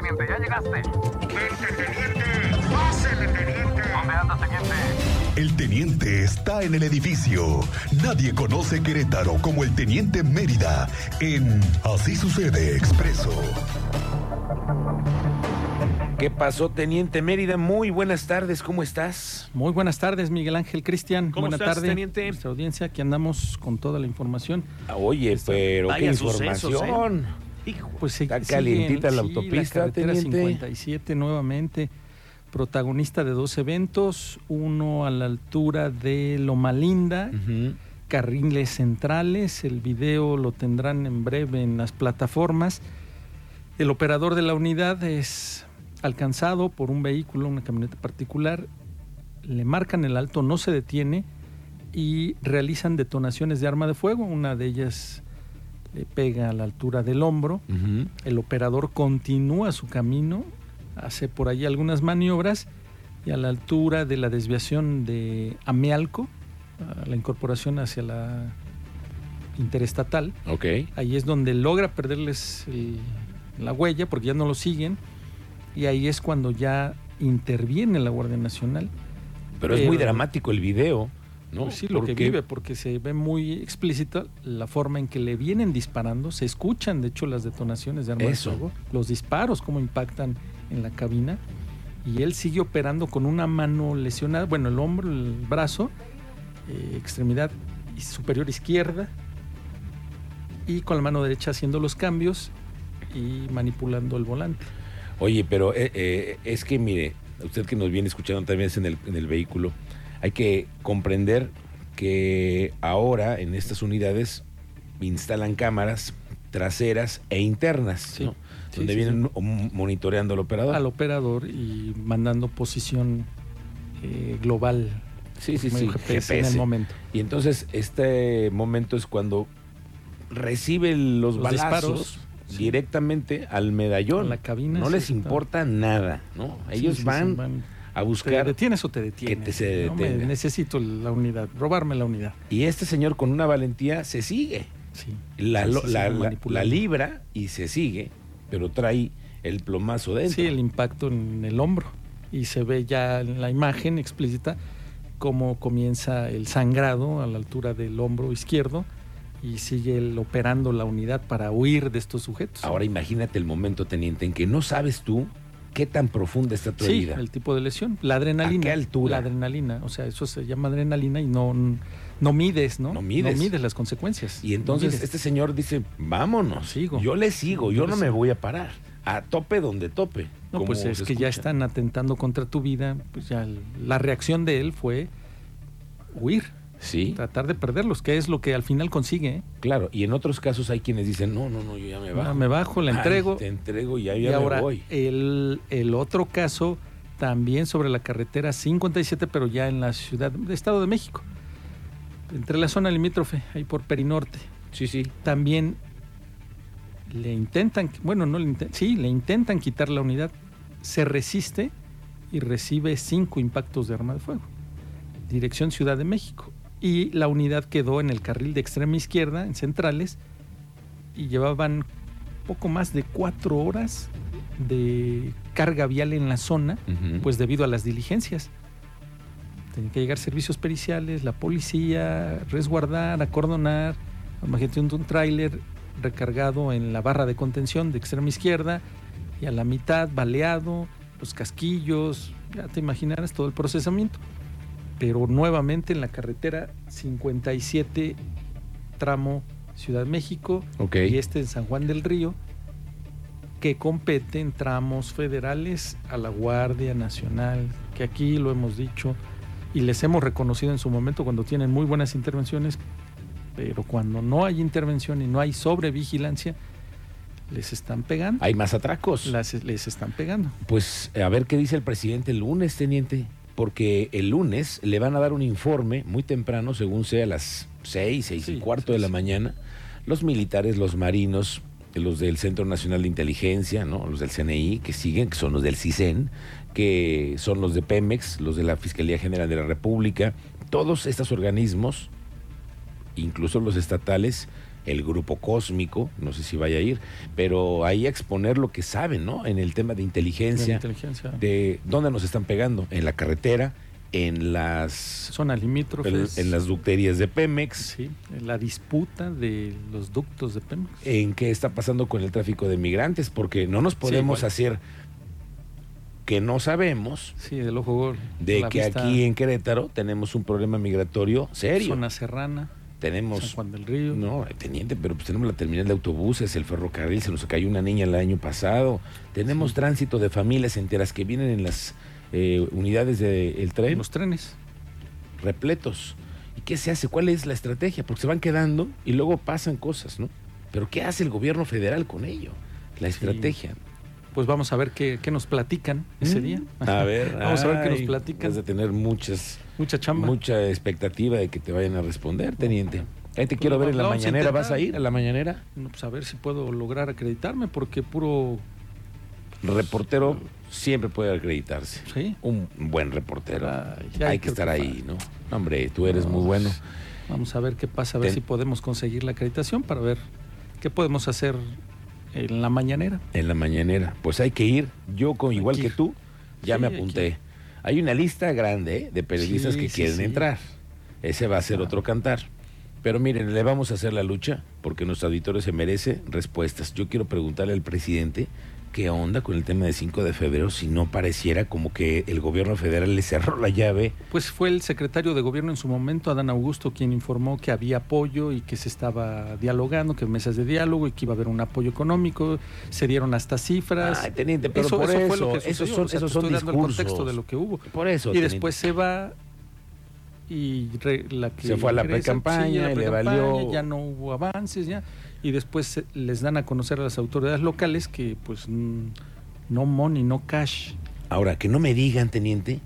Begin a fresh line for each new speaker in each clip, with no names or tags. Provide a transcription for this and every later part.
teniente, ya llegaste.
¡Vente, teniente! ¡Pásele, teniente!
¿Dónde andas, teniente?
El teniente está en el edificio. Nadie conoce Querétaro como el teniente Mérida en Así sucede expreso.
¿Qué pasó, Teniente Mérida? Muy buenas tardes, ¿cómo estás?
Muy buenas tardes, Miguel Ángel Cristian.
¿Cómo
Buenas
estás,
tardes,
teniente?
Nuestra audiencia, aquí andamos con toda la información.
Ah, Oye, pero qué
Vaya sucesos,
¿eh? información.
Hijo.
Pues se-
Está
siguen,
calientita la
sí,
autopista,
la carretera
teniente.
57 nuevamente, protagonista de dos eventos, uno a la altura de Loma Linda,
Ujú.
carriles centrales. El video lo tendrán en breve en las plataformas. El operador de la unidad es alcanzado por un vehículo, una camioneta particular. Le marcan el alto, no se detiene y realizan detonaciones de arma de fuego. Una de ellas le pega a la altura del hombro.
Ujú.
El operador continúa su camino, hace por ahí algunas maniobras y a la altura de la desviación de Amealco, a la incorporación hacia la interestatal,
Ok.
ahí es donde logra perderles el- la huella porque ya no lo siguen y ahí es cuando ya interviene la Guardia Nacional.
Pero es muy
Pero-
dramático el video, ¿no?
Pues sí, lo que
Porque-
vive, porque se ve muy explícita la forma en que le vienen disparando. Se escuchan, de hecho, las detonaciones de armas
Eso.
de fuego, los disparos, cómo impactan en la cabina. Y él sigue operando con una mano lesionada, bueno, el hombro, el brazo, eh, extremidad y- superior izquierda, y con la mano derecha haciendo los cambios y manipulando el volante.
Oye, pero eh, eh, es que mire, usted que nos viene escuchando también es en el, en el vehículo, hay que comprender que ahora en estas unidades instalan cámaras traseras e internas,
Sí.
¿no?
Sí,
donde
sí,
vienen m- monitoreando al operador.
Al operador y mandando posición eh, global.
Sí, sí,
por
sí,
medio GPS en el
GPS.
momento.
Y entonces este momento es cuando recibe los,
Los
balazos
disparos, sí.
directamente al medallón.
A la cabina,
no
sí,
les
está.
importa nada, ¿no? Ellos
Sí, sí, sí,
van, a
pues, ¿Te
buscar.
detienes o te detienes?
que te se
No, me-
detenga.
necesito la unidad, robarme la unidad.
Y este señor con una valentía se sigue.
Sí.
La,
Sí,
lo-
sí,
la-
sí,
la-
manipulando.
la libra y se sigue, pero trae el plomazo dentro.
Sí, el impacto en el hombro. Y se ve ya en la imagen explícita cómo comienza el sangrado a la altura del hombro izquierdo y sigue él operando la unidad para huir de estos sujetos.
Ahora imagínate el momento, teniente, en que no sabes tú qué tan profunda está tu
Sí,
herida.
el tipo de lesión, la adrenalina.
¿A qué altura?
La adrenalina, o sea, eso se llama adrenalina y no, no mides, ¿no?
No mides.
No mides las consecuencias.
Y
no
entonces
mides.
este señor dice, vámonos,
Sigo.
yo le sigo, yo
Yo le
no me
sigo.
voy a parar. A tope donde tope.
No,
como
pues es
se
que ya
escucha.
están atentando contra tu vida. Pues ya el- la reacción de él fue huir,
Sí,
tratar de perderlos, que es lo que al final consigue. ¿eh?
claro. Y en otros casos hay quienes dicen, no, no, no, yo ya me bajo.
Ah, me bajo, la
Ay,
entrego.
te entrego y ya,
y
ya me
ahora eh,
voy.
el, el otro caso también sobre la carretera 57, pero ya en la ciudad de Estado de México, entre la zona limítrofe, ahí por Perinorte.
Sí, sí.
También le intentan, bueno, no le intentan, sí, le intentan quitar la unidad, se resiste y recibe cinco impactos de arma de fuego. Dirección Ciudad de México. Y la unidad quedó en el carril de extrema izquierda, en centrales, y llevaban poco más de cuatro horas de carga vial en la zona,
Ujú.
pues debido a las diligencias. Tenían que llegar servicios periciales, la policía, resguardar, acordonar. Imagínate un, un tráiler recargado en la barra de contención de extrema izquierda y a la mitad baleado, los casquillos, ya te imaginarás todo el procesamiento. Pero nuevamente en la carretera 57, tramo Ciudad México,
Ok.
y este en San Juan del Río, que competen tramos federales a la Guardia Nacional, que aquí lo hemos dicho y les hemos reconocido en su momento cuando tienen muy buenas intervenciones, pero cuando no hay intervención y no hay sobrevigilancia, les están pegando.
Hay más atracos.
Las- les están pegando.
Pues a ver qué dice el presidente el lunes, teniente. Porque el lunes le van a dar un informe muy temprano, según sea a las seis, seis y
Sí,
cuarto
sí,
de la
sí.
mañana, los militares, los marinos, los del Centro Nacional de Inteligencia, ¿no? los del CNI que siguen, que son los del CISEN, que son los de Pemex, los de la Fiscalía General de la República, todos estos organismos, incluso los estatales, el grupo cósmico, no sé si vaya a ir, pero ahí a exponer lo que saben, ¿no? En el tema de
de la
inteligencia,
inteligencia.
de dónde nos están pegando, en la carretera, en las,
Zona
en,
limítrofes.
en las ducterías de Pemex,
Sí, la disputa de los ductos de Pemex.
en qué está pasando con el tráfico de migrantes, porque no nos podemos
bueno.
hacer que no sabemos
Sí, del ojo gol.
de
la
que
vista
aquí en Querétaro tenemos un problema migratorio serio.
Zona serrana, San
tenemos
Juan del Río.
No, teniente, pero pues tenemos la terminal de autobuses, el ferrocarril, se nos cayó una niña el año pasado. Tenemos tránsito de familias enteras que vienen en las eh, unidades del tren
Los trenes.
repletos. ¿Y qué se hace? ¿Cuál es la estrategia? Porque se van quedando y luego pasan cosas, ¿no? Pero ¿qué hace el gobierno federal con ello? La estrategia.
Pues vamos a ver qué, qué nos platican ese día.
Mm. A ver,
vamos a ver qué nos
ay,
platican.
Vas a tener muchas,
Mucha chamba.
mucha expectativa de que te vayan a responder, teniente. Ahí te
Pues
quiero ver en la
vamos a
mañanera. ¿Vas a
intentar.
ir a la mañanera?
No, pues a ver si puedo lograr acreditarme porque puro...
reportero siempre puede acreditarse.
Sí.
Un buen reportero.
Ay, ya
Hay que
creo
estar
que
ahí, ¿no? No, Hombre, tú eres
No,
muy bueno.
Vamos a ver qué pasa, a ver
Ten-
si podemos conseguir la acreditación para ver qué podemos hacer en la mañanera.
En la mañanera. Pues hay que ir. Yo, con, igual
que
que
ir.
tú, ya
Sí,
me
hay que
apunté.
ir.
Hay una lista grande ¿eh? de periodistas
Sí,
que
sí,
quieren
sí.
entrar. Ese va a ser otro cantar. Pero miren, le vamos a hacer la lucha porque nuestro auditorio se merece respuestas. Yo quiero preguntarle al presidente qué onda con el tema de 5 de febrero si no pareciera como que el gobierno federal le cerró la llave
Pues fue el secretario de gobierno en su momento, Adán Augusto, quien informó que había apoyo y que se estaba dialogando, que mesas de diálogo y que iba a haber un apoyo económico. Se dieron hasta cifras.
Ay, teniente, pero por eso, esos
sucedió,
son-
o sea,
esos
te
son
estoy dando el
discursos.
contexto de lo que hubo.
Por eso.
Y
teniente.
después se va y re- la que
Se fue a la
regresa,
precampaña
sí, a la
y le
precampaña,
valió-
ya no hubo avances ya y después se- les dan a conocer a las autoridades locales que pues mm, no money no cash
Ahora, que no me digan, teniente,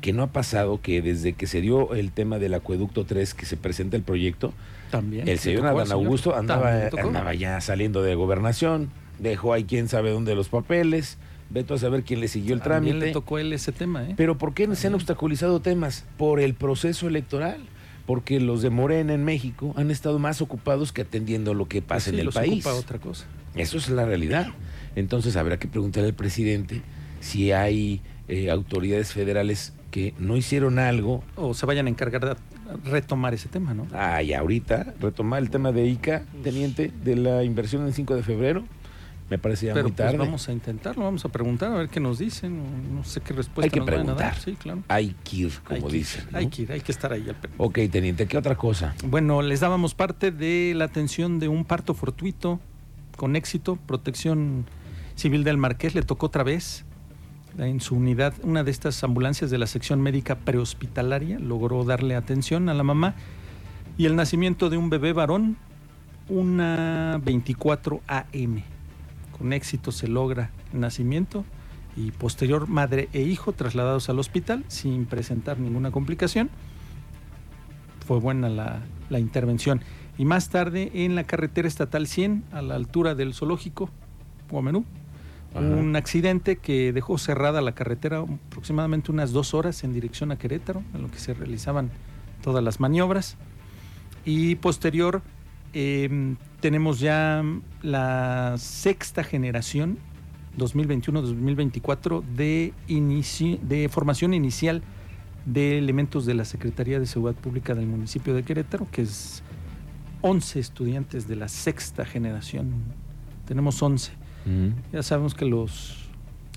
que no ha pasado que desde que se dio el tema del acueducto 3, que se presenta el proyecto,
también
el señor Adán Augusto andaba, andaba
ya
ya saliendo de gobernación, dejó ahí quién sabe dónde los papeles, veto a saber quién le siguió el
también le
trámite.
tocó él ese tema ¿eh?
Pero ¿por qué se han obstaculizado temas? Por el proceso electoral. Porque los de Morena en México han estado más ocupados que atendiendo lo que pasa
Pues sí,
en el
los
país.
ocupa otra cosa
Eso es la realidad. Entonces habrá que preguntarle al presidente si hay eh, autoridades federales que no hicieron algo.
o se vayan a encargar de retomar ese tema no
Ay, ahorita, retomar el tema de ICA, teniente, de la inversión en 5 de febrero, me parece ya
pero
muy
pues,
tarde.
vamos a intentarlo vamos a preguntar a ver qué nos dicen no, no sé qué respuesta
Hay que
nos van a dar
preguntar.
sí claro
Hay que ir, como
hay que ir,
dicen. ¿no?
hay que ir, hay que estar ahí al pendiente.
Ok, teniente, ¿qué otra cosa?
Bueno, les dábamos parte de la atención de un parto fortuito con éxito. Protección Civil del Marqués le tocó otra vez en su unidad. Una de estas ambulancias de la sección médica prehospitalaria logró darle atención a la mamá y el nacimiento de un bebé varón, una 24 AM. Con éxito se logra el nacimiento y posterior madre e hijo trasladados al hospital sin presentar ninguna complicación fue buena la, la intervención. Y más tarde en la carretera estatal 100, a la altura del zoológico, Guamenú,
Ajá.
un accidente que dejó cerrada la carretera aproximadamente unas dos horas en dirección a Querétaro, en lo que se realizaban todas las maniobras. Y posterior eh, tenemos ya la sexta generación 2021-2024 de, inici- de formación inicial de elementos de la Secretaría de Seguridad Pública del municipio de Querétaro, que es 11 estudiantes de la sexta generación. Tenemos 11.
Mm.
Ya sabemos que los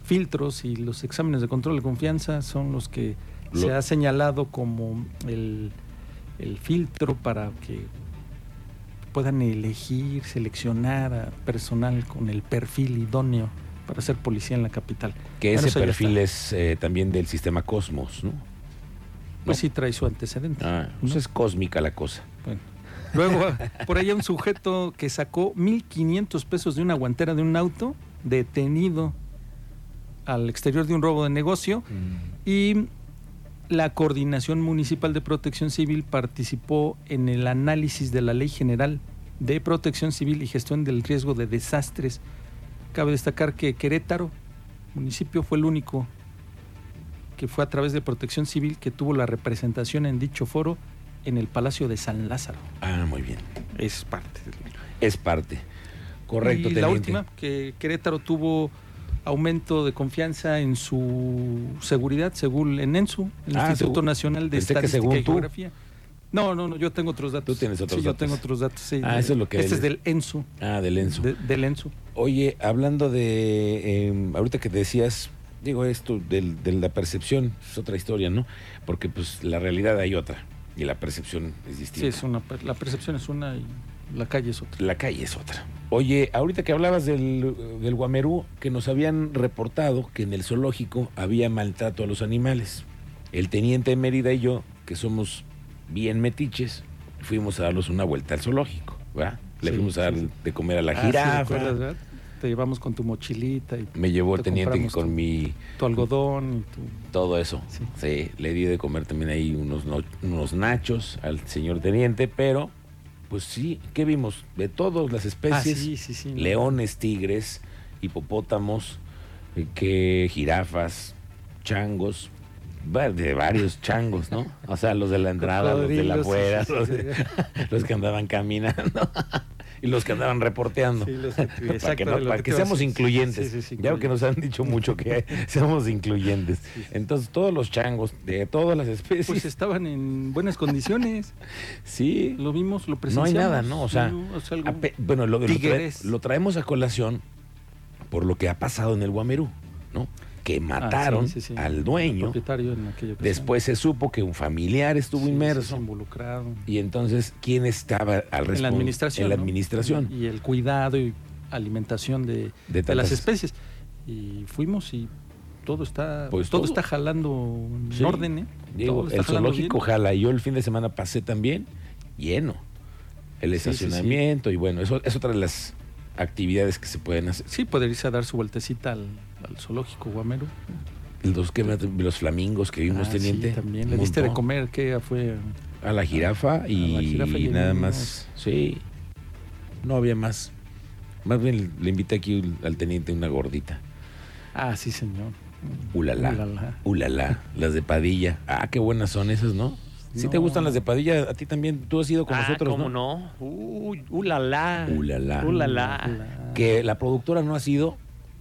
filtros y los exámenes de control de confianza son los que
Lo-
se ha señalado como el, el filtro para que puedan elegir, seleccionar a personal con el perfil idóneo para ser policía en la capital.
Que
Bueno,
ese
eso ya
perfil
está.
es eh, también del sistema Cosmos, ¿no?
Pues
¿no?
sí trae su antecedente.
Ah, pues
¿no?
es cósmica la cosa.
Bueno. Luego, por ahí hay un sujeto que sacó 1.500 pesos de una guantera de un auto, detenido al exterior de un robo de negocio, y la Coordinación Municipal de Protección Civil participó en el análisis de la Ley General de Protección Civil y Gestión del Riesgo de Desastres. Cabe destacar que Querétaro, municipio, fue el único que fue a través de Protección Civil que tuvo la representación en dicho foro en el Palacio de San Lázaro.
Ah, muy bien.
Es parte del
Es parte. Correcto,
y la
teniente.
última, que Querétaro tuvo aumento de confianza en su seguridad, según en ENSU, el
Ah,
Instituto
según-
Nacional de
pensé que
Estadística
según
y
tú.
Geografía. No, no, no, yo tengo otros datos.
Tú tienes otros
sí,
datos.
yo tengo otros datos, sí.
Ah, eso es lo que
Este
él-
es del ENSU.
Ah, del Enzo.
de- del ENSU.
Oye, hablando de. eh, ahorita que decías, digo esto del- de la percepción, es otra historia, ¿no? Porque pues la realidad hay otra y la percepción es distinta.
Sí, es una, per- la percepción es una y la calle es otra.
La calle es otra. Oye, ahorita que hablabas del, del guamerú, que nos habían reportado que en el zoológico había maltrato a los animales. El teniente de Mérida y yo, que somos bien metiches, fuimos a darles una vuelta al zoológico, ¿verdad? Le
Sí,
fuimos a dar
sí, sí.
de comer a la
Ah, sí,
jirafa.
¿recuerdas, verdad? Te llevamos con tu mochilita y
Me llevó el
Te
teniente que
compramos
con
tu-
mi
tu algodón y tu...
todo eso. Sí.
Sí.
le di de comer también ahí unos, no- unos nachos al señor teniente, pero pues sí, ¿qué vimos? De todas las especies.
Ah, sí, sí, sí.
leones, tigres, hipopótamos, eh, que jirafas, changos, va- de varios changos, ¿no? O sea, los de la entrada, los de la
Cocodrilos,
afuera,
sí, sí,
los,
sí,
de-
sí.
los que andaban caminando y los que andaban reporteando.
Sí, los que-
para
exacto,
que,
de
no-
lo que
para que
te vas-
seamos incluyentes.
sí, sí, sí,
ya veo que nos han dicho mucho que seamos incluyentes. Entonces, todos los changos de todas las especies,
Pues estaban en buenas condiciones.
sí,
Lo vimos, lo
no hay
presenciamos.
nada, ¿no? O sea,
No, o sea, algo-
Ape- bueno, lo, lo trae-
Tigres.
lo traemos a colación por lo que ha pasado en el Guamerú, ¿no? Que mataron
Ah, sí, sí.
al
el
dueño.
propietario en aquella ocasión.
Después se supo que un familiar estuvo
Sí, sí,
inmerso.
involucrado.
Y entonces, ¿quién estaba al respon-
En la administración.
En la
¿no?
administración.
Y el cuidado y alimentación de, de
tantas-
las especies. Y fuimos y todo está
Pues
todo,
todo.
está jalando en
Sí.
orden, ¿eh?
Digo,
Todo está
el
jalando
zoológico
bien.
jala. Y yo el fin de semana pasé también lleno. El
Sí, sí, sí.
estacionamiento y bueno, eso es otra de las actividades que se pueden hacer.
Sí, poder irse a dar su vueltecita al, al zoológico guamero.
Los, que, los flamingos que vimos,
Ah, sí,
teniente.
también. Le
un
diste de
montón.
comer, que fue
A la jirafa y,
A la jirafa y el
nada
niño.
más. Sí. No había más. Más bien le invité aquí al teniente una gordita.
Ah, sí, señor.
Ulala.
Ulala.
Ulala. Las de padilla. Ah, qué buenas son esas, ¿no? Si te
No.
gustan las de padilla, a ti también. Tú has ido con
ah,
nosotros,
¿cómo
¿no?
no? Uy, ulala.
Ulala.
Ulala.
Ulala.
Que la productora no ha sido.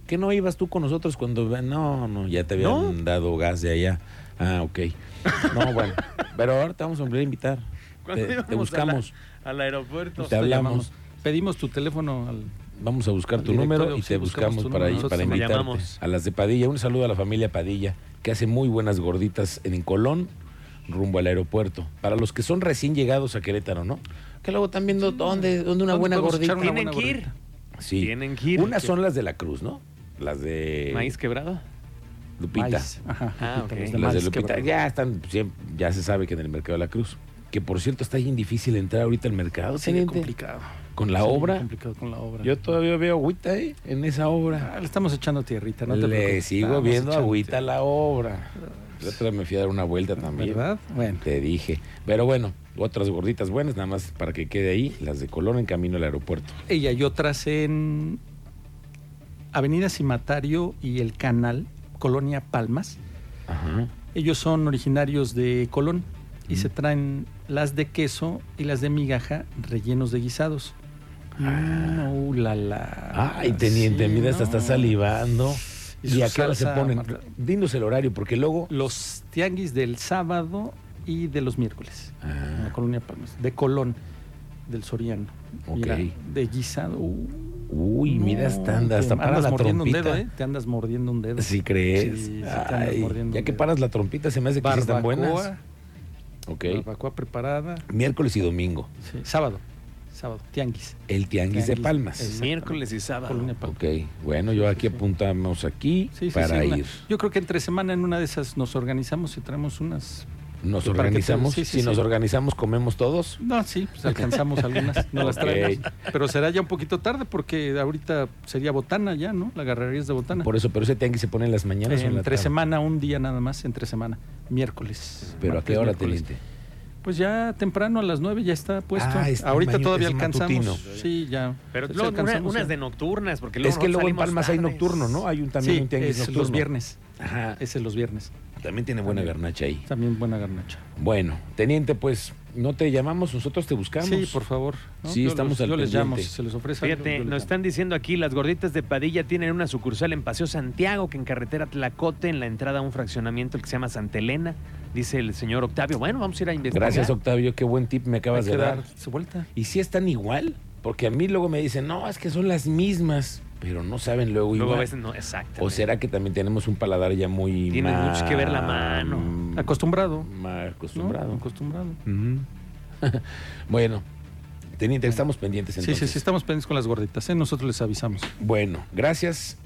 ¿Que no ibas tú con nosotros cuando.? ve- No, no, ya te habían dado gas de allá. Ah, ok. No, bueno. Pero ahora te vamos a volver a invitar.
Cuando
Te,
íbamos
te
a la-
buscamos.
Al aeropuerto.
Te hablamos.
llamamos. Pedimos tu teléfono al
Vamos a buscar tu
Al directorio,
número y
sí,
te
buscamos
buscamos,
tu
para,
número, nosotros
para
te
invitarte
llamamos.
a las de Padilla. Un saludo a la familia Padilla, que hace muy buenas gorditas en Colón, rumbo al aeropuerto. Para los que son recién llegados a Querétaro, ¿no? Que luego están viendo dónde, dónde una
¿Dónde
buena
podemos
gordita.
echar una
Tienen
buena
que ir.
gordita?
Sí.
Tienen que ir.
Unas son las de la Cruz, ¿no? Las de
¿Maíz quebrado?
Lupita.
Maíz. Ajá,
Ah,
Lupita,
ok.
los
de
las de
demás,
Lupita.
quebrado.
Ya están, siempre- ya se sabe que en el mercado de la Cruz. Que por cierto está bien difícil entrar ahorita al mercado,
Sigue
teniente.
complicado.
Con la
Sigue
obra.
complicado con la obra.
Yo todavía veo agüita ¿eh? en esa obra.
Ah, le estamos echando tierrita, no te
Le
preocupes.
sigo
Estamos
viendo
echando
agüita a la obra. La otra me fui a dar una vuelta
tierra.
también.
¿Verdad? Bueno.
Te dije. Pero bueno, otras gorditas buenas, nada más para que quede ahí, las de color en camino al aeropuerto.
Ella y otras en Avenida Cimatario y El Canal, Colonia Palmas.
Ajá.
Ellos son originarios de Colón y
Mm.
se traen las de queso y las de migaja rellenos de guisados.
Ah.
Mm, uh, la, la.
Ay, teniente,
Sí,
mira,
no.
hasta está salivando.
Y
¿Y,
su
a qué hora se
salsa,
ponen?
Marta.
Dinos el horario, porque luego.
Los tianguis del sábado y de los miércoles. En la
Ah,
colonia Palmas. De Colón, del Soriano. Mira,
Ok.
de guisado. uh,
uy, mira,
no,
hasta, anda-
te
hasta para
andas
la
mordiendo
trompita.
un dedo, ¿eh? Te andas mordiendo un dedo.
Si crees.
Sí, sí, te andas
Ay,
mordiendo
ya
un
que
dedo.
paras la trompita, se me hace que sí están buenas.
Barbacoa,
Ok.
barbacoa preparada.
Miércoles y domingo.
Sí, Sábado, sábado, tianguis.
El tianguis, de
Tianguis.
palmas.
Exactamente.
Miércoles y sábado.
Colonia Palmas.
Ah, Ok, bueno, yo aquí apuntamos aquí
Sí, sí,
para
sí, una-
ir.
yo creo que entre semana en una de esas nos organizamos y traemos unas.
Nos
Para que te-
organizamos,
sí, sí,
si
sí.
nos organizamos comemos todos.
No, sí, pues alcanzamos algunas, no las
Ok.
traemos. Pero será ya un poquito tarde porque ahorita sería botana ya, ¿no? La agarrarías de botana.
Por eso, pero ese tianguis se pone en las mañanas o en la
entre
tarde?
semana, un día nada más, entre semana, miércoles.
Pero a
martes,
qué hora
miércoles.
teniente?
Pues ya temprano a las 9 ya está puesto.
Ah, está
Ahorita
mañana,
todavía
es
alcanzamos.
matutino.
Sí, ya.
Pero
Sí,
luego una-
alcanzamos,
unas
ya.
de nocturnas, porque luego
Es que
nosotros
luego en
salimos
Palmas hay
tardes.
nocturno, ¿no? Hay un también
Sí,
un tianguis
es
nocturno.
los viernes.
Ajá,
Ese es los viernes.
también tiene buena garnacha ahí.
También buena garnacha.
Bueno, teniente, pues no te llamamos, nosotros te buscamos.
Sí, por favor. ¿no?
Sí,
Yo
estamos
los-
al
Yo les
pendiente.
llamo, si se les ofrece. algo, yo
Fíjate,
les
nos
llamo.
están diciendo aquí, las gorditas de Padilla tienen una sucursal en Paseo Santiago, que en carretera Tlacote, en la entrada a un fraccionamiento el que se llama Santa Elena, dice el señor Octavio. Bueno, vamos a ir a investigar.
Gracias, Octavio, qué buen tip me
Hay
acabas
que
de dar.
dar su vuelta.
¿Y si están igual? Porque a mí luego me dicen, no, es que son las mismas, pero no saben luego
Luego a
igual.
veces no, exacto.
¿O será que también tenemos un paladar ya muy...
Tienes
ma-
mucho que ver la mano.
mm,
Acostumbrado.
ma-
¿no?
acostumbrado. Mm.
Acostumbrado.
Ujú. bueno, teniente, estamos pendientes
Sí,
entonces.
sí, sí, estamos pendientes con las gorditas, ¿eh? Nosotros les avisamos.
Bueno, gracias